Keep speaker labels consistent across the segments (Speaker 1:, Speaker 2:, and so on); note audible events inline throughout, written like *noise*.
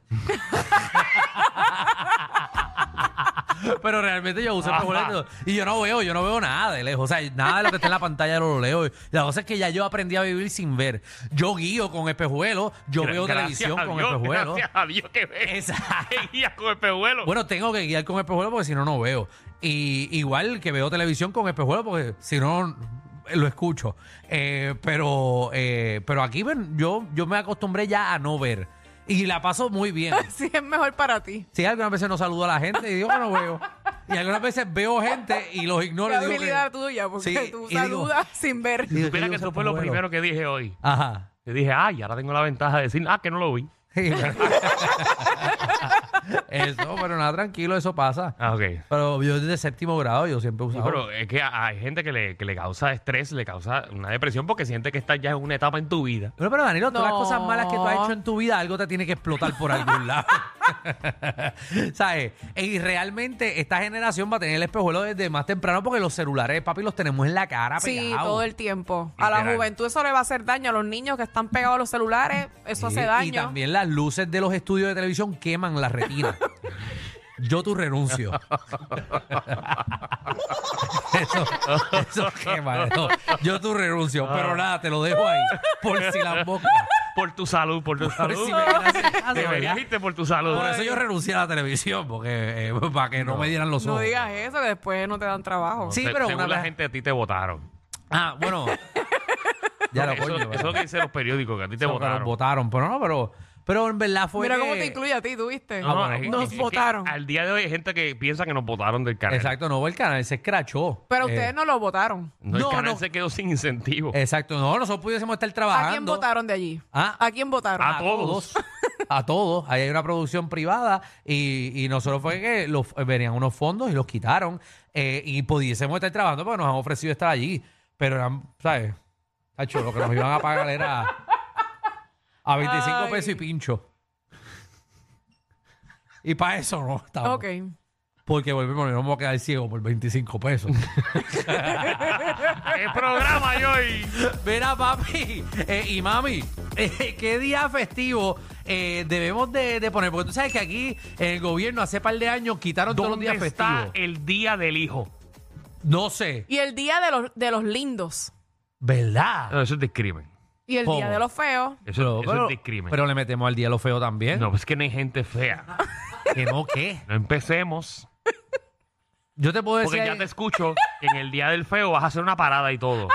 Speaker 1: Pero realmente yo uso espejuelos y yo no veo, yo no veo nada de lejos. O sea, nada de lo que está en la pantalla lo leo. La cosa es que ya yo aprendí a vivir sin ver. Yo guío con espejuelos, yo
Speaker 2: Gra-
Speaker 1: veo
Speaker 2: gracias
Speaker 1: televisión
Speaker 2: a
Speaker 1: con
Speaker 2: Dios,
Speaker 1: espejuelos.
Speaker 2: Gracias a Dios que ves.
Speaker 1: Exacto.
Speaker 2: *laughs* Que guías con espejuelos.
Speaker 1: *laughs* Bueno, tengo que guiar con espejuelos porque si no, no veo. Y igual que veo televisión con espejuelos porque si no, eh, lo escucho. Eh, pero, eh, pero aquí ven, yo, yo me acostumbré ya a no ver. Y la paso muy bien.
Speaker 3: *laughs* Sí, es mejor para ti.
Speaker 1: Si algunas veces no saludo a la gente y digo que no veo. Y algunas veces veo gente y los ignoro.
Speaker 3: La
Speaker 1: y digo que-
Speaker 3: habilidad tuya, porque
Speaker 1: Sí,
Speaker 3: tú
Speaker 1: y digo-
Speaker 3: saludas *laughs* sin ver.
Speaker 1: y digo
Speaker 2: Mira
Speaker 1: yo
Speaker 2: que
Speaker 1: uso
Speaker 2: eso fue lo
Speaker 1: espejuelos.
Speaker 2: primero que dije hoy.
Speaker 1: Ajá. *laughs*
Speaker 2: Yo dije, ay, ahora tengo la ventaja de decir, ah, que no lo vi.
Speaker 1: eso, pero nada, tranquilo, eso pasa.
Speaker 2: Ah, ok.
Speaker 1: Pero yo desde séptimo grado yo siempre
Speaker 2: Sí,
Speaker 1: usaba.
Speaker 2: pero es que a- hay gente que le, que le causa estrés, le causa una depresión porque siente que estás ya en una etapa en tu vida.
Speaker 1: Pero, pero Danilo, todas
Speaker 3: No.
Speaker 1: las cosas malas que tú has hecho en tu vida, algo te tiene que explotar por algún lado. *laughs* ¿Sabes? Y realmente esta generación va a tener el espejuelo desde más temprano porque los celulares, papi, los tenemos en la cara
Speaker 3: Sí,
Speaker 1: pegados.
Speaker 3: todo el tiempo. A la
Speaker 2: Literal.
Speaker 3: juventud eso le va a hacer daño. A los niños que están pegados a los celulares, eso
Speaker 1: Sí,
Speaker 3: hace
Speaker 1: Y
Speaker 3: daño.
Speaker 1: también las luces de los estudios de televisión queman la
Speaker 3: *laughs*
Speaker 1: retina. Yo tu renuncio. eso, eso quema. eso. Yo tu renuncio. Pero nada, te lo dejo ahí. Por si las moscas.
Speaker 2: Por tu salud, por tu
Speaker 1: Por
Speaker 2: salud.
Speaker 1: si me
Speaker 2: *laughs*
Speaker 1: quedas- Ah, de
Speaker 2: Deberías
Speaker 1: verdad.
Speaker 2: irte por tu salud.
Speaker 1: Por eso yo renuncié a la televisión, porque eh, *laughs* para que no, me dieran los ojos.
Speaker 3: No digas eso, que después no te dan trabajo.
Speaker 1: Sí,
Speaker 2: Se-
Speaker 1: pero
Speaker 2: según
Speaker 1: una
Speaker 2: la
Speaker 1: vez-
Speaker 2: gente a ti te votaron.
Speaker 1: Ah,
Speaker 3: *laughs*
Speaker 1: bueno. ya lo
Speaker 2: eso,
Speaker 1: coño.
Speaker 2: eso es
Speaker 1: ¿verdad?
Speaker 2: lo que dicen los periódicos, que a ti te
Speaker 1: Eso, pero
Speaker 2: votaron.
Speaker 1: votaron, pero no, pero, pero en verdad fue.
Speaker 3: Mira
Speaker 1: que-
Speaker 3: cómo te incluye a ti, ¿tuviste?
Speaker 2: No, no,
Speaker 1: Ah, bueno,
Speaker 2: es-
Speaker 1: bueno.
Speaker 2: es
Speaker 3: Nos
Speaker 2: que
Speaker 3: votaron.
Speaker 2: Al día de hoy hay gente que piensa que nos votaron del canal.
Speaker 1: Exacto, no, el canal se escrachó.
Speaker 3: Pero
Speaker 1: Eh,
Speaker 3: ustedes no lo votaron.
Speaker 2: No,
Speaker 1: No,
Speaker 2: el canal
Speaker 1: no.
Speaker 2: se quedó sin incentivo.
Speaker 1: Exacto, no, nosotros pudiésemos estar trabajando.
Speaker 3: ¿A quién votaron de allí?
Speaker 1: Ah.
Speaker 3: ¿A quién votaron?
Speaker 2: A todos.
Speaker 1: *laughs* A todos. Ahí hay una producción privada y, y nosotros fue que los, venían unos fondos y los quitaron eh, y pudiésemos estar trabajando porque nos han ofrecido estar allí. Pero eran, ¿sabes? Tacho, lo que nos iban a pagar era a 25
Speaker 3: Ay.
Speaker 1: pesos y pincho. Y para eso no estamos.
Speaker 3: Ok.
Speaker 1: Porque volvemos, nos vamos a quedar ciegos por 25 pesos.
Speaker 2: El programa de hoy.
Speaker 1: Mira, papi *laughs* eh, y mami, eh, ¿qué día festivo eh, debemos de, de poner? Porque tú sabes que aquí el gobierno hace par de años quitaron todos los
Speaker 2: ¿Dónde
Speaker 1: días
Speaker 2: está
Speaker 1: festivos.
Speaker 2: el día del hijo?
Speaker 1: No sé,
Speaker 3: Y el día de los, de los lindos.
Speaker 1: ¿verdad?
Speaker 2: No, eso es discrimen.
Speaker 3: Y el
Speaker 1: ¿Cómo?
Speaker 3: día de los feos.
Speaker 2: Ah, Eso, eso es discrimen.
Speaker 1: pero le metemos al día lo feo también.
Speaker 2: no, pues es que no hay gente fea.
Speaker 1: ¿Que no qué?
Speaker 2: No empecemos.
Speaker 1: Yo te
Speaker 3: Pues
Speaker 1: puedo decir,
Speaker 2: Porque ya te escucho que en el día del feo vas a hacer una parada y
Speaker 3: *laughs*
Speaker 2: todo.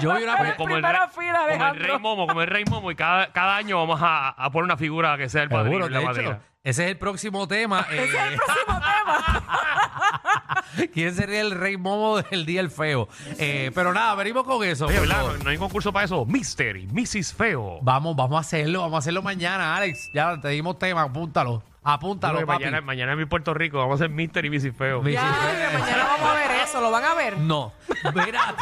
Speaker 1: yo vi una
Speaker 3: Como-
Speaker 2: el,
Speaker 1: película-
Speaker 3: Primera
Speaker 2: rey-
Speaker 3: fila,
Speaker 2: como el
Speaker 3: Alejandro.
Speaker 2: rey momo, como el rey momo. Y cada, cada año vamos a, a poner una figura que sea el padrino
Speaker 1: Seguro,
Speaker 2: y la
Speaker 1: de hecho,
Speaker 2: madrina.
Speaker 1: ese es el
Speaker 2: *laughs*
Speaker 1: próximo tema. eh, *laughs* ¿Quién sería el rey momo del día el feo? Eh, pero nada, venimos con eso.
Speaker 2: Oye,
Speaker 1: por
Speaker 2: ¿verdad?
Speaker 1: favor.
Speaker 2: No, no hay concurso para eso. Mister y Mrs. Feo.
Speaker 1: Vamos, vamos a hacerlo, vamos a hacerlo mañana, Alex. Ya te dimos tema, apúntalo. Apúntalo,
Speaker 2: Porque
Speaker 1: papi.
Speaker 2: mañana, mañana en mi Puerto Rico vamos a ser Mister y Mrs. Feo.
Speaker 1: Mi-
Speaker 3: Ya, que mañana vamos a ver eso. ¿Lo van a ver?
Speaker 1: No. Verá.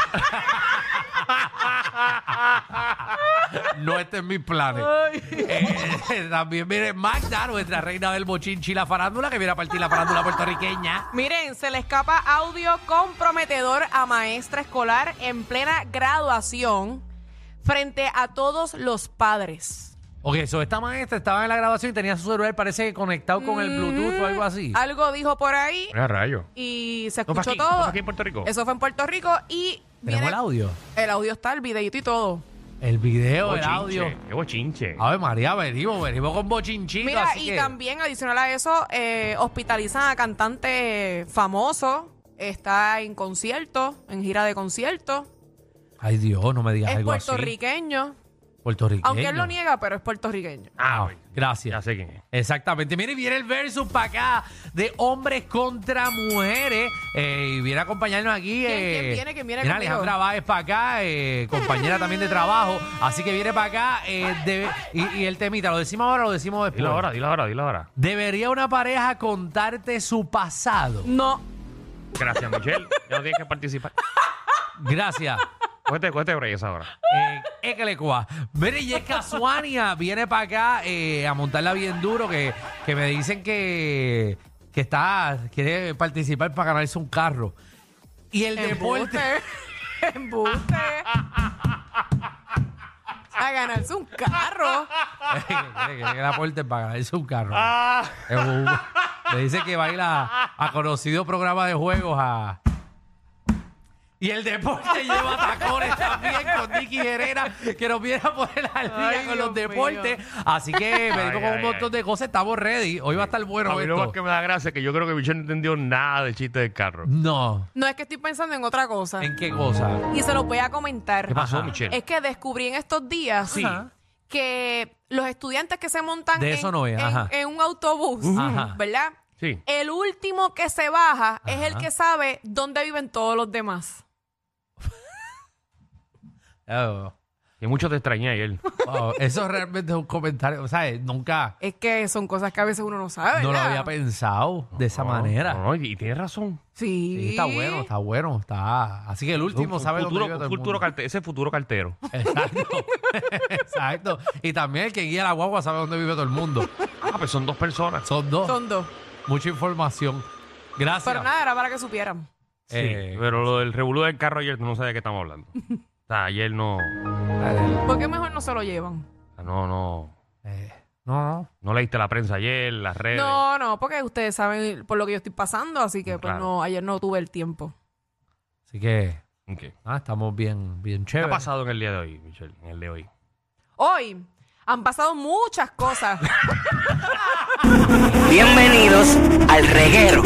Speaker 1: No este estén mis planes. Eh, también viene Magda, nuestra reina del bochinchi y la farándula, que viene a partir la farándula puertorriqueña.
Speaker 3: Miren, se le escapa audio comprometedor a maestra escolar en plena graduación frente a todos los padres.
Speaker 1: Ok, so esta maestra estaba en la grabación y tenía su celular, parece que conectado con el Bluetooth o algo así.
Speaker 3: Algo dijo por ahí
Speaker 2: Mira, rayo.
Speaker 3: y se
Speaker 2: No fue
Speaker 3: escuchó
Speaker 2: aquí, no
Speaker 3: todo.
Speaker 2: fue aquí en Puerto Rico.
Speaker 3: Eso fue en Puerto Rico y
Speaker 1: ¿Tenemos
Speaker 3: viene-
Speaker 1: el audio?
Speaker 3: el audio está, el videito y todo.
Speaker 1: El video, el
Speaker 2: Bochinche,
Speaker 1: audio.
Speaker 2: Qué bochinche.
Speaker 1: A ver, María, venimos, venimos con bochinchito.
Speaker 3: Mira,
Speaker 1: así
Speaker 3: y
Speaker 1: que-
Speaker 3: también adicional a eso, eh, hospitalizan a cantantes famosos, está en concierto, en gira de concierto,
Speaker 1: Ay, Dios, no me digas
Speaker 3: es
Speaker 1: algo así.
Speaker 3: puertorriqueño,
Speaker 1: Puertorriqueño.
Speaker 3: aunque él lo niega, pero es puertorriqueño.
Speaker 1: Ah,
Speaker 2: Ya
Speaker 1: gracias.
Speaker 2: sé quién es.
Speaker 1: Exactamente. Mire, viene el versus para acá de hombres contra mujeres. Eh, y viene a acompañarnos aquí.
Speaker 3: ¿Quién-
Speaker 1: eh,
Speaker 3: quién viene? ¿Quién viene
Speaker 1: Mira,
Speaker 3: conmigo?
Speaker 1: Alejandra Báez para acá, eh, compañera también de trabajo. Así que viene para acá. eh, de- y, y el temita, ¿lo decimos ahora o lo decimos después?
Speaker 2: Dilo ahora, dilo ahora, dilo ahora.
Speaker 1: ¿Debería una pareja contarte su pasado?
Speaker 3: No,
Speaker 2: Gracias, Michelle.
Speaker 3: *laughs*
Speaker 2: Ya no tienes que participar.
Speaker 1: Gracias.
Speaker 2: Cuéntate, cuéntate por esa ahora.
Speaker 1: Eh, Ekelecua. Mire, Yesca Suania viene para acá eh, a montarla bien duro, que, que me dicen que, que está, quiere participar para ganarse un carro. Y el deporte. *laughs*
Speaker 3: embuste, *laughs* embuste. A ganarse un carro.
Speaker 1: que quiere que le aporte para ganarse un carro.
Speaker 3: Ah.
Speaker 1: Es un- me dice que baila a conocido programa de juegos a. Y
Speaker 2: *laughs*
Speaker 1: el deporte lleva tacones también con Nicky Herrera, que nos viene a poner al día
Speaker 3: Ay,
Speaker 1: con
Speaker 3: Dios
Speaker 1: los deportes. Así que venimos
Speaker 2: Ay,
Speaker 1: con
Speaker 2: ay,
Speaker 1: un montón
Speaker 2: ay.
Speaker 1: de cosas. Estamos ready. Hoy va a estar
Speaker 2: a
Speaker 1: bueno
Speaker 2: mí lo más
Speaker 1: esto.
Speaker 2: que me da gracia es que yo creo que Michelle no entendió nada de chiste del carro.
Speaker 1: No.
Speaker 3: No es que estoy pensando en otra cosa.
Speaker 1: ¿En qué cosa?
Speaker 3: Y se los voy a comentar.
Speaker 2: ¿Qué pasó,
Speaker 1: Ajá.
Speaker 2: Michelle?
Speaker 3: Es que descubrí en estos días
Speaker 1: Sí.
Speaker 3: que los estudiantes que se montan
Speaker 1: De
Speaker 3: en,
Speaker 1: eso no es,
Speaker 3: en-
Speaker 1: ajá.
Speaker 3: en un autobús,
Speaker 1: Ajá.
Speaker 3: ¿verdad?
Speaker 2: Sí.
Speaker 3: El último que se baja es el
Speaker 1: Ajá.
Speaker 3: que sabe dónde viven todos los demás.
Speaker 1: Oh,
Speaker 2: Que mucho te extrañé ayer.
Speaker 1: oh, eso realmente es un comentario. O sea, eh, nunca.
Speaker 3: Es que son cosas que a veces uno no sabe.
Speaker 1: No lo
Speaker 3: ¿verdad?
Speaker 1: había pensado de esa
Speaker 2: No,
Speaker 1: manera.
Speaker 2: no, y y tienes razón.
Speaker 3: Sí.
Speaker 1: Sí, está bueno, está bueno, está. Así que el último
Speaker 2: Un- un
Speaker 1: sabe
Speaker 2: futuro,
Speaker 1: dónde vive todo el
Speaker 2: un futuro
Speaker 1: mundo.
Speaker 2: carte- Ese futuro cartero.
Speaker 3: *laughs*
Speaker 1: Exacto. Exacto. Y también el que guía la guagua sabe dónde vive todo el mundo.
Speaker 2: Ah, pues son dos personas.
Speaker 1: Son dos.
Speaker 3: Son dos.
Speaker 1: Mucha información. Gracias.
Speaker 3: Pero nada, era para que supieran.
Speaker 2: Sí.
Speaker 1: Eh,
Speaker 2: pero lo del revolú del carro ayer, tú no sabes de qué estamos
Speaker 1: *laughs*
Speaker 2: hablando. O sea, ayer no.
Speaker 1: Eh,
Speaker 3: ¿Por qué mejor no se lo llevan?
Speaker 2: No, no.
Speaker 1: eh, no, no.
Speaker 2: No leíste la prensa ayer, las redes.
Speaker 3: No, no, porque ustedes saben por lo que yo estoy pasando, así que pues
Speaker 2: Claro.
Speaker 3: no, ayer no tuve el tiempo.
Speaker 1: Así que
Speaker 2: Ok.
Speaker 1: ah, estamos bien, bien
Speaker 2: ¿Qué ha
Speaker 1: chévere.
Speaker 2: pasado en el día de hoy, Michelle? En el de hoy.
Speaker 3: Hoy han pasado muchas cosas.
Speaker 4: Bienvenidos al reguero.